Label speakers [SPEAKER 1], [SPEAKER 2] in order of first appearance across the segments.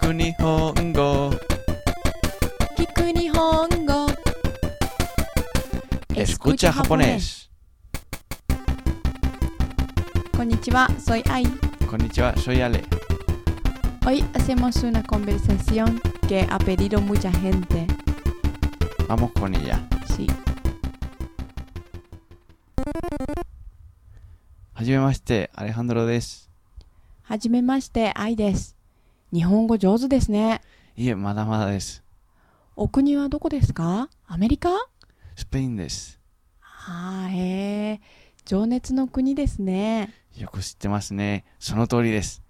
[SPEAKER 1] 本語
[SPEAKER 2] 聞く日本語
[SPEAKER 1] Escucha japonés
[SPEAKER 2] こんにちは、soy Ai.
[SPEAKER 1] Konnichiwa, soy Ale
[SPEAKER 2] Hoy hacemos una conversación que ha pedido mucha gente.
[SPEAKER 1] Vamos con ella
[SPEAKER 2] Sí.
[SPEAKER 1] はじめましてアレハンドロです
[SPEAKER 2] はじめまして、Ai です。日本語上手ですね。
[SPEAKER 1] いえまだまだです
[SPEAKER 2] お国はどこですかアメリカ
[SPEAKER 1] スペインです
[SPEAKER 2] あーへー。情熱の国ですね。
[SPEAKER 1] よく知ってますねその通りです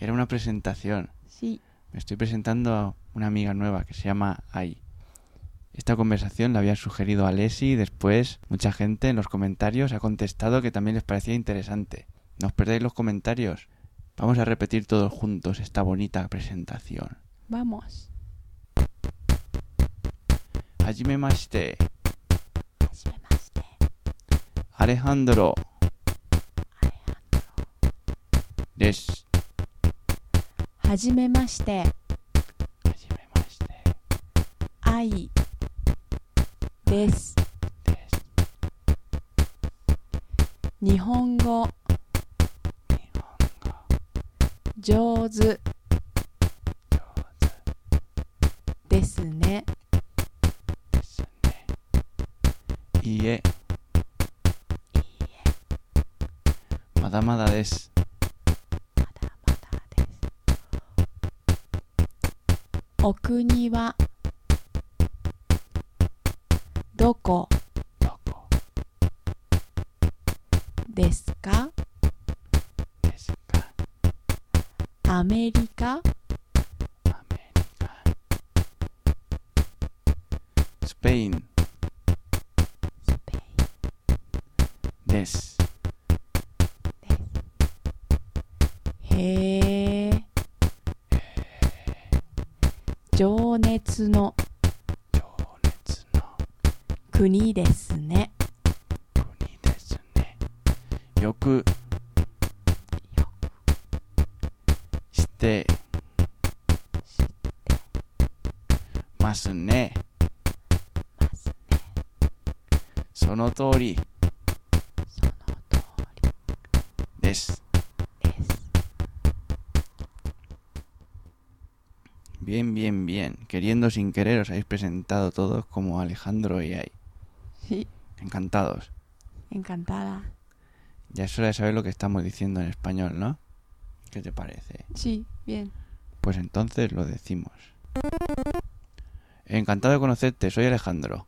[SPEAKER 1] Era una presentación
[SPEAKER 2] Sí.
[SPEAKER 1] Me estoy presentando a una amiga nueva que se llama Ai. Esta conversación la había sugerido a Lesi y después mucha gente en los comentarios ha contestado que también les parecía interesante. No os perdáis los comentarios. Vamos a repetir todos juntos esta bonita presentación.
[SPEAKER 2] Vamos.
[SPEAKER 1] Hajime mashite,
[SPEAKER 2] はじめまして。
[SPEAKER 1] Alejandro. Des.
[SPEAKER 2] はじめまして、
[SPEAKER 1] Hajime mashite,
[SPEAKER 2] Ai です。
[SPEAKER 1] des.
[SPEAKER 2] 日本語上手ですね
[SPEAKER 1] Ie. Madamada des.
[SPEAKER 2] まだまだですお国はどこですか
[SPEAKER 1] ですか
[SPEAKER 2] アメリカ
[SPEAKER 1] アメリカスペイン
[SPEAKER 2] スペ
[SPEAKER 1] です
[SPEAKER 2] インへえ情熱の
[SPEAKER 1] 情熱の
[SPEAKER 2] 国ですね
[SPEAKER 1] 国ですねよくしてますねその通り
[SPEAKER 2] その通り
[SPEAKER 1] です
[SPEAKER 2] です
[SPEAKER 1] Bien, bien, bien. Queriendo sin querer os habéis presentado todos como Alejandro y Ai.
[SPEAKER 2] Sí,
[SPEAKER 1] Encantados.
[SPEAKER 2] encantada.
[SPEAKER 1] Ya es hora de saber lo que estamos diciendo en español, ¿no? ¿Qué te parece?
[SPEAKER 2] Sí, bien.
[SPEAKER 1] Pues entonces lo decimos. Encantado de conocerte, soy Alejandro.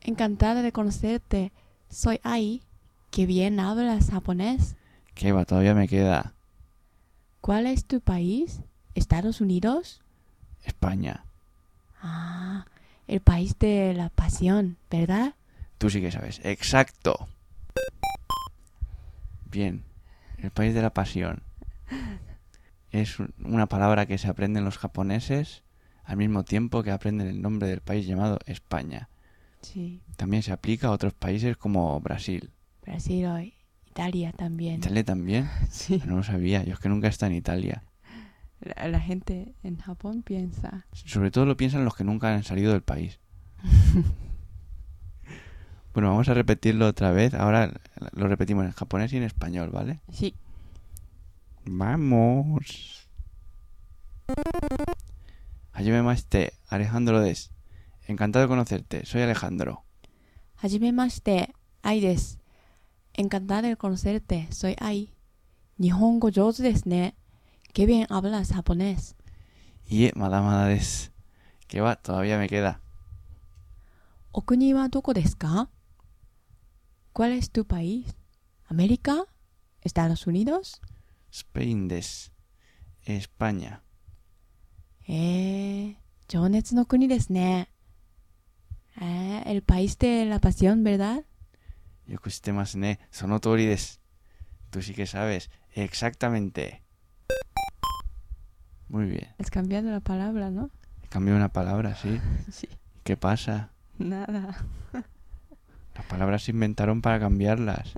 [SPEAKER 2] Encantada de conocerte. Soy Ai. Qué bien hablas japonés.
[SPEAKER 1] Que va, todavía me queda
[SPEAKER 2] ¿Cuál es tu país? ¿Estados Unidos?
[SPEAKER 1] España.
[SPEAKER 2] Ah, el país de la pasión, ¿verdad?
[SPEAKER 1] Tú sí que sabes. Exacto. Bien. El país de la pasión. Es un- una palabra que se aprenden los japoneses al mismo tiempo que aprenden el nombre del país llamado España.
[SPEAKER 2] Sí.
[SPEAKER 1] También se aplica a otros países como Brasil.
[SPEAKER 2] Brasil hoy. Italia también.
[SPEAKER 1] Italia también.
[SPEAKER 2] Sí.
[SPEAKER 1] No lo sabía. Yo es que nunca he estado en Italia.
[SPEAKER 2] La, la gente en Japón piensa.
[SPEAKER 1] Sobre todo lo piensan los que nunca han salido del país. bueno, vamos a repetirlo otra vez. Ahora lo repetimos en japonés y en español, ¿vale?
[SPEAKER 2] Sí.
[SPEAKER 1] Vamos. Hajimemashite, Alejandro Des. Encantado de conocerte. Soy Alejandro.
[SPEAKER 2] はじめまして、愛です。Encantada de conocerte. Soy Ai. 日本語上手ですね。Qué bien hablas japonés.
[SPEAKER 1] Y madamada Des. Que va, todavía me queda.
[SPEAKER 2] お国はどこですか ¿Cuál es tu país? ¿América? ¿Estados Unidos?
[SPEAKER 1] Spain Des. España.
[SPEAKER 2] えー、情熱の国ですね。えー、el Eh, país de la pasión, ¿verdad?
[SPEAKER 1] más ne. Sonotori Des. Tú sí que sabes. Exactamente. Muy bien.
[SPEAKER 2] Has cambiado la palabra, ¿no?
[SPEAKER 1] Cambió una palabra, sí.
[SPEAKER 2] Sí.
[SPEAKER 1] ¿Qué pasa?
[SPEAKER 2] Nada.
[SPEAKER 1] Las palabras se inventaron para cambiarlas.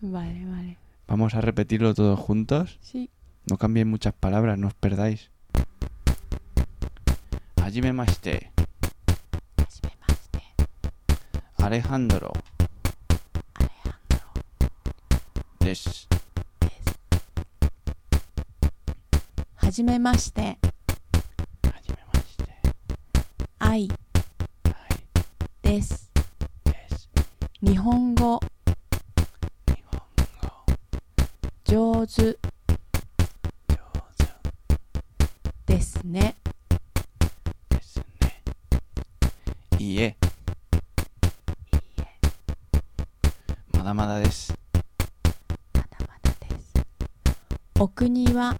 [SPEAKER 2] Vale, vale.
[SPEAKER 1] Vamos a repetirlo todos juntos.
[SPEAKER 2] Sí.
[SPEAKER 1] No cambiéis muchas palabras, no os perdáis. Hajime mashite,
[SPEAKER 2] はじめまして
[SPEAKER 1] Alejandro
[SPEAKER 2] アレハンドロ
[SPEAKER 1] des.
[SPEAKER 2] ですはじめまして
[SPEAKER 1] Hajime mashite,
[SPEAKER 2] 愛
[SPEAKER 1] ai
[SPEAKER 2] です
[SPEAKER 1] des.
[SPEAKER 2] 日本語
[SPEAKER 1] Nihongo
[SPEAKER 2] 上手
[SPEAKER 1] jouzu
[SPEAKER 2] ですね
[SPEAKER 1] desu ne. Iie. Mada mada
[SPEAKER 2] ま
[SPEAKER 1] desu.
[SPEAKER 2] だまだですお国は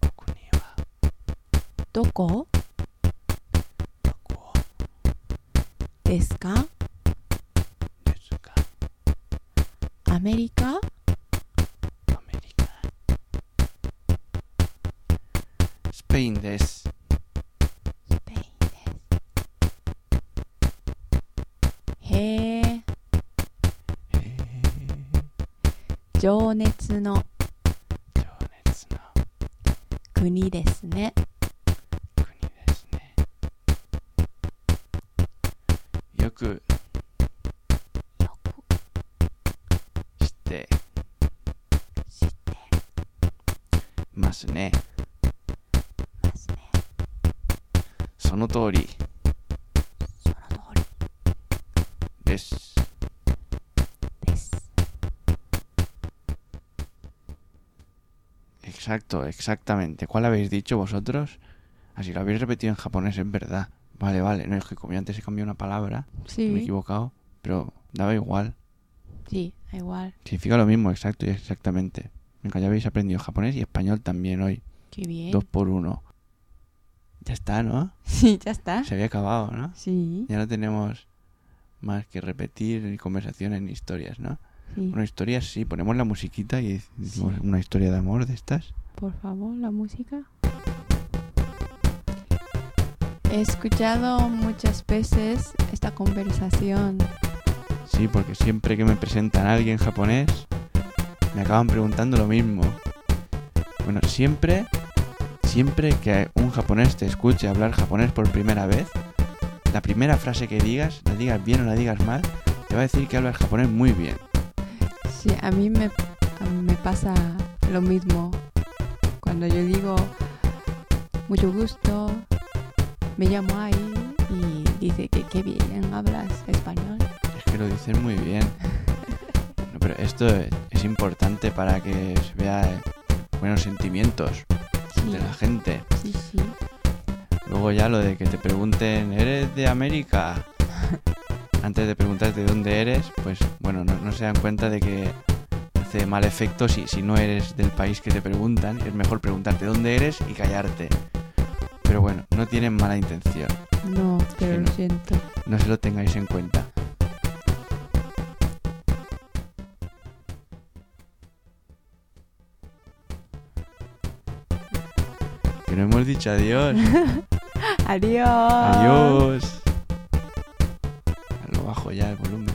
[SPEAKER 1] Boku ni wa
[SPEAKER 2] どこ
[SPEAKER 1] doko
[SPEAKER 2] ですか
[SPEAKER 1] desu ka?
[SPEAKER 2] アメリカ
[SPEAKER 1] Amerika. Spain desu.
[SPEAKER 2] スペインですへえ
[SPEAKER 1] Hey.
[SPEAKER 2] 情熱の
[SPEAKER 1] 情熱の
[SPEAKER 2] 国ですね
[SPEAKER 1] 国ですねよく
[SPEAKER 2] よく
[SPEAKER 1] 知って
[SPEAKER 2] 知って
[SPEAKER 1] ますね
[SPEAKER 2] ますね
[SPEAKER 1] その通り
[SPEAKER 2] その通
[SPEAKER 1] です
[SPEAKER 2] りです
[SPEAKER 1] exacto exactamente cuál habéis dicho vosotros así lo habéis repetido en japonés es verdad vale vale no es que como yo antes he cambiado una palabra que me he
[SPEAKER 2] sí
[SPEAKER 1] equivocado pero daba igual
[SPEAKER 2] sí da igual
[SPEAKER 1] significa lo mismo exacto y exactamente Venga, ya habéis aprendido japonés y español también hoy.
[SPEAKER 2] qué bien
[SPEAKER 1] Dos por uno. Ya está, ¿no?
[SPEAKER 2] sí ya está
[SPEAKER 1] Se había acabado, ¿no?
[SPEAKER 2] sí
[SPEAKER 1] Ya no tenemos más que repetir ni conversaciones ni historias, ¿no?
[SPEAKER 2] sí
[SPEAKER 1] Bueno, historias sí, ponemos la musiquita y decimos
[SPEAKER 2] Sí.
[SPEAKER 1] una historia de amor de estas.
[SPEAKER 2] Por favor, la música. He escuchado muchas veces esta conversación.
[SPEAKER 1] Sí, porque siempre que me presentan a alguien japonés, me acaban preguntando lo mismo. Bueno, siempre, siempre que un japonés te escuche hablar japonés por primera vez, la primera frase que digas, la digas bien o la digas mal, te va a decir que hablas japonés muy bien.
[SPEAKER 2] Sí, a mí me, a mí me pasa lo mismo. Cuando yo digo mucho gusto, me llamo ahí y dice que qué bien hablas español.
[SPEAKER 1] Es que lo dicen muy bien. No, pero esto es, es importante para que se vea eh, buenos sentimientos
[SPEAKER 2] Sí,
[SPEAKER 1] de la gente.
[SPEAKER 2] sí, sí.
[SPEAKER 1] Luego ya lo de que te pregunten, ¿eres de América? Antes de preguntarte de dónde eres, pues bueno, no, no se dan cuenta de que hace mal efecto si, si no eres del país que te preguntan. Es mejor preguntarte dónde eres y callarte. Pero bueno, no tienen mala intención.
[SPEAKER 2] No, pero
[SPEAKER 1] Sí,
[SPEAKER 2] lo
[SPEAKER 1] no.
[SPEAKER 2] siento.
[SPEAKER 1] No se lo tengáis en cuenta. Que no hemos dicho adiós.
[SPEAKER 2] Adiós.
[SPEAKER 1] Adiós. A lo bajo ya el volumen.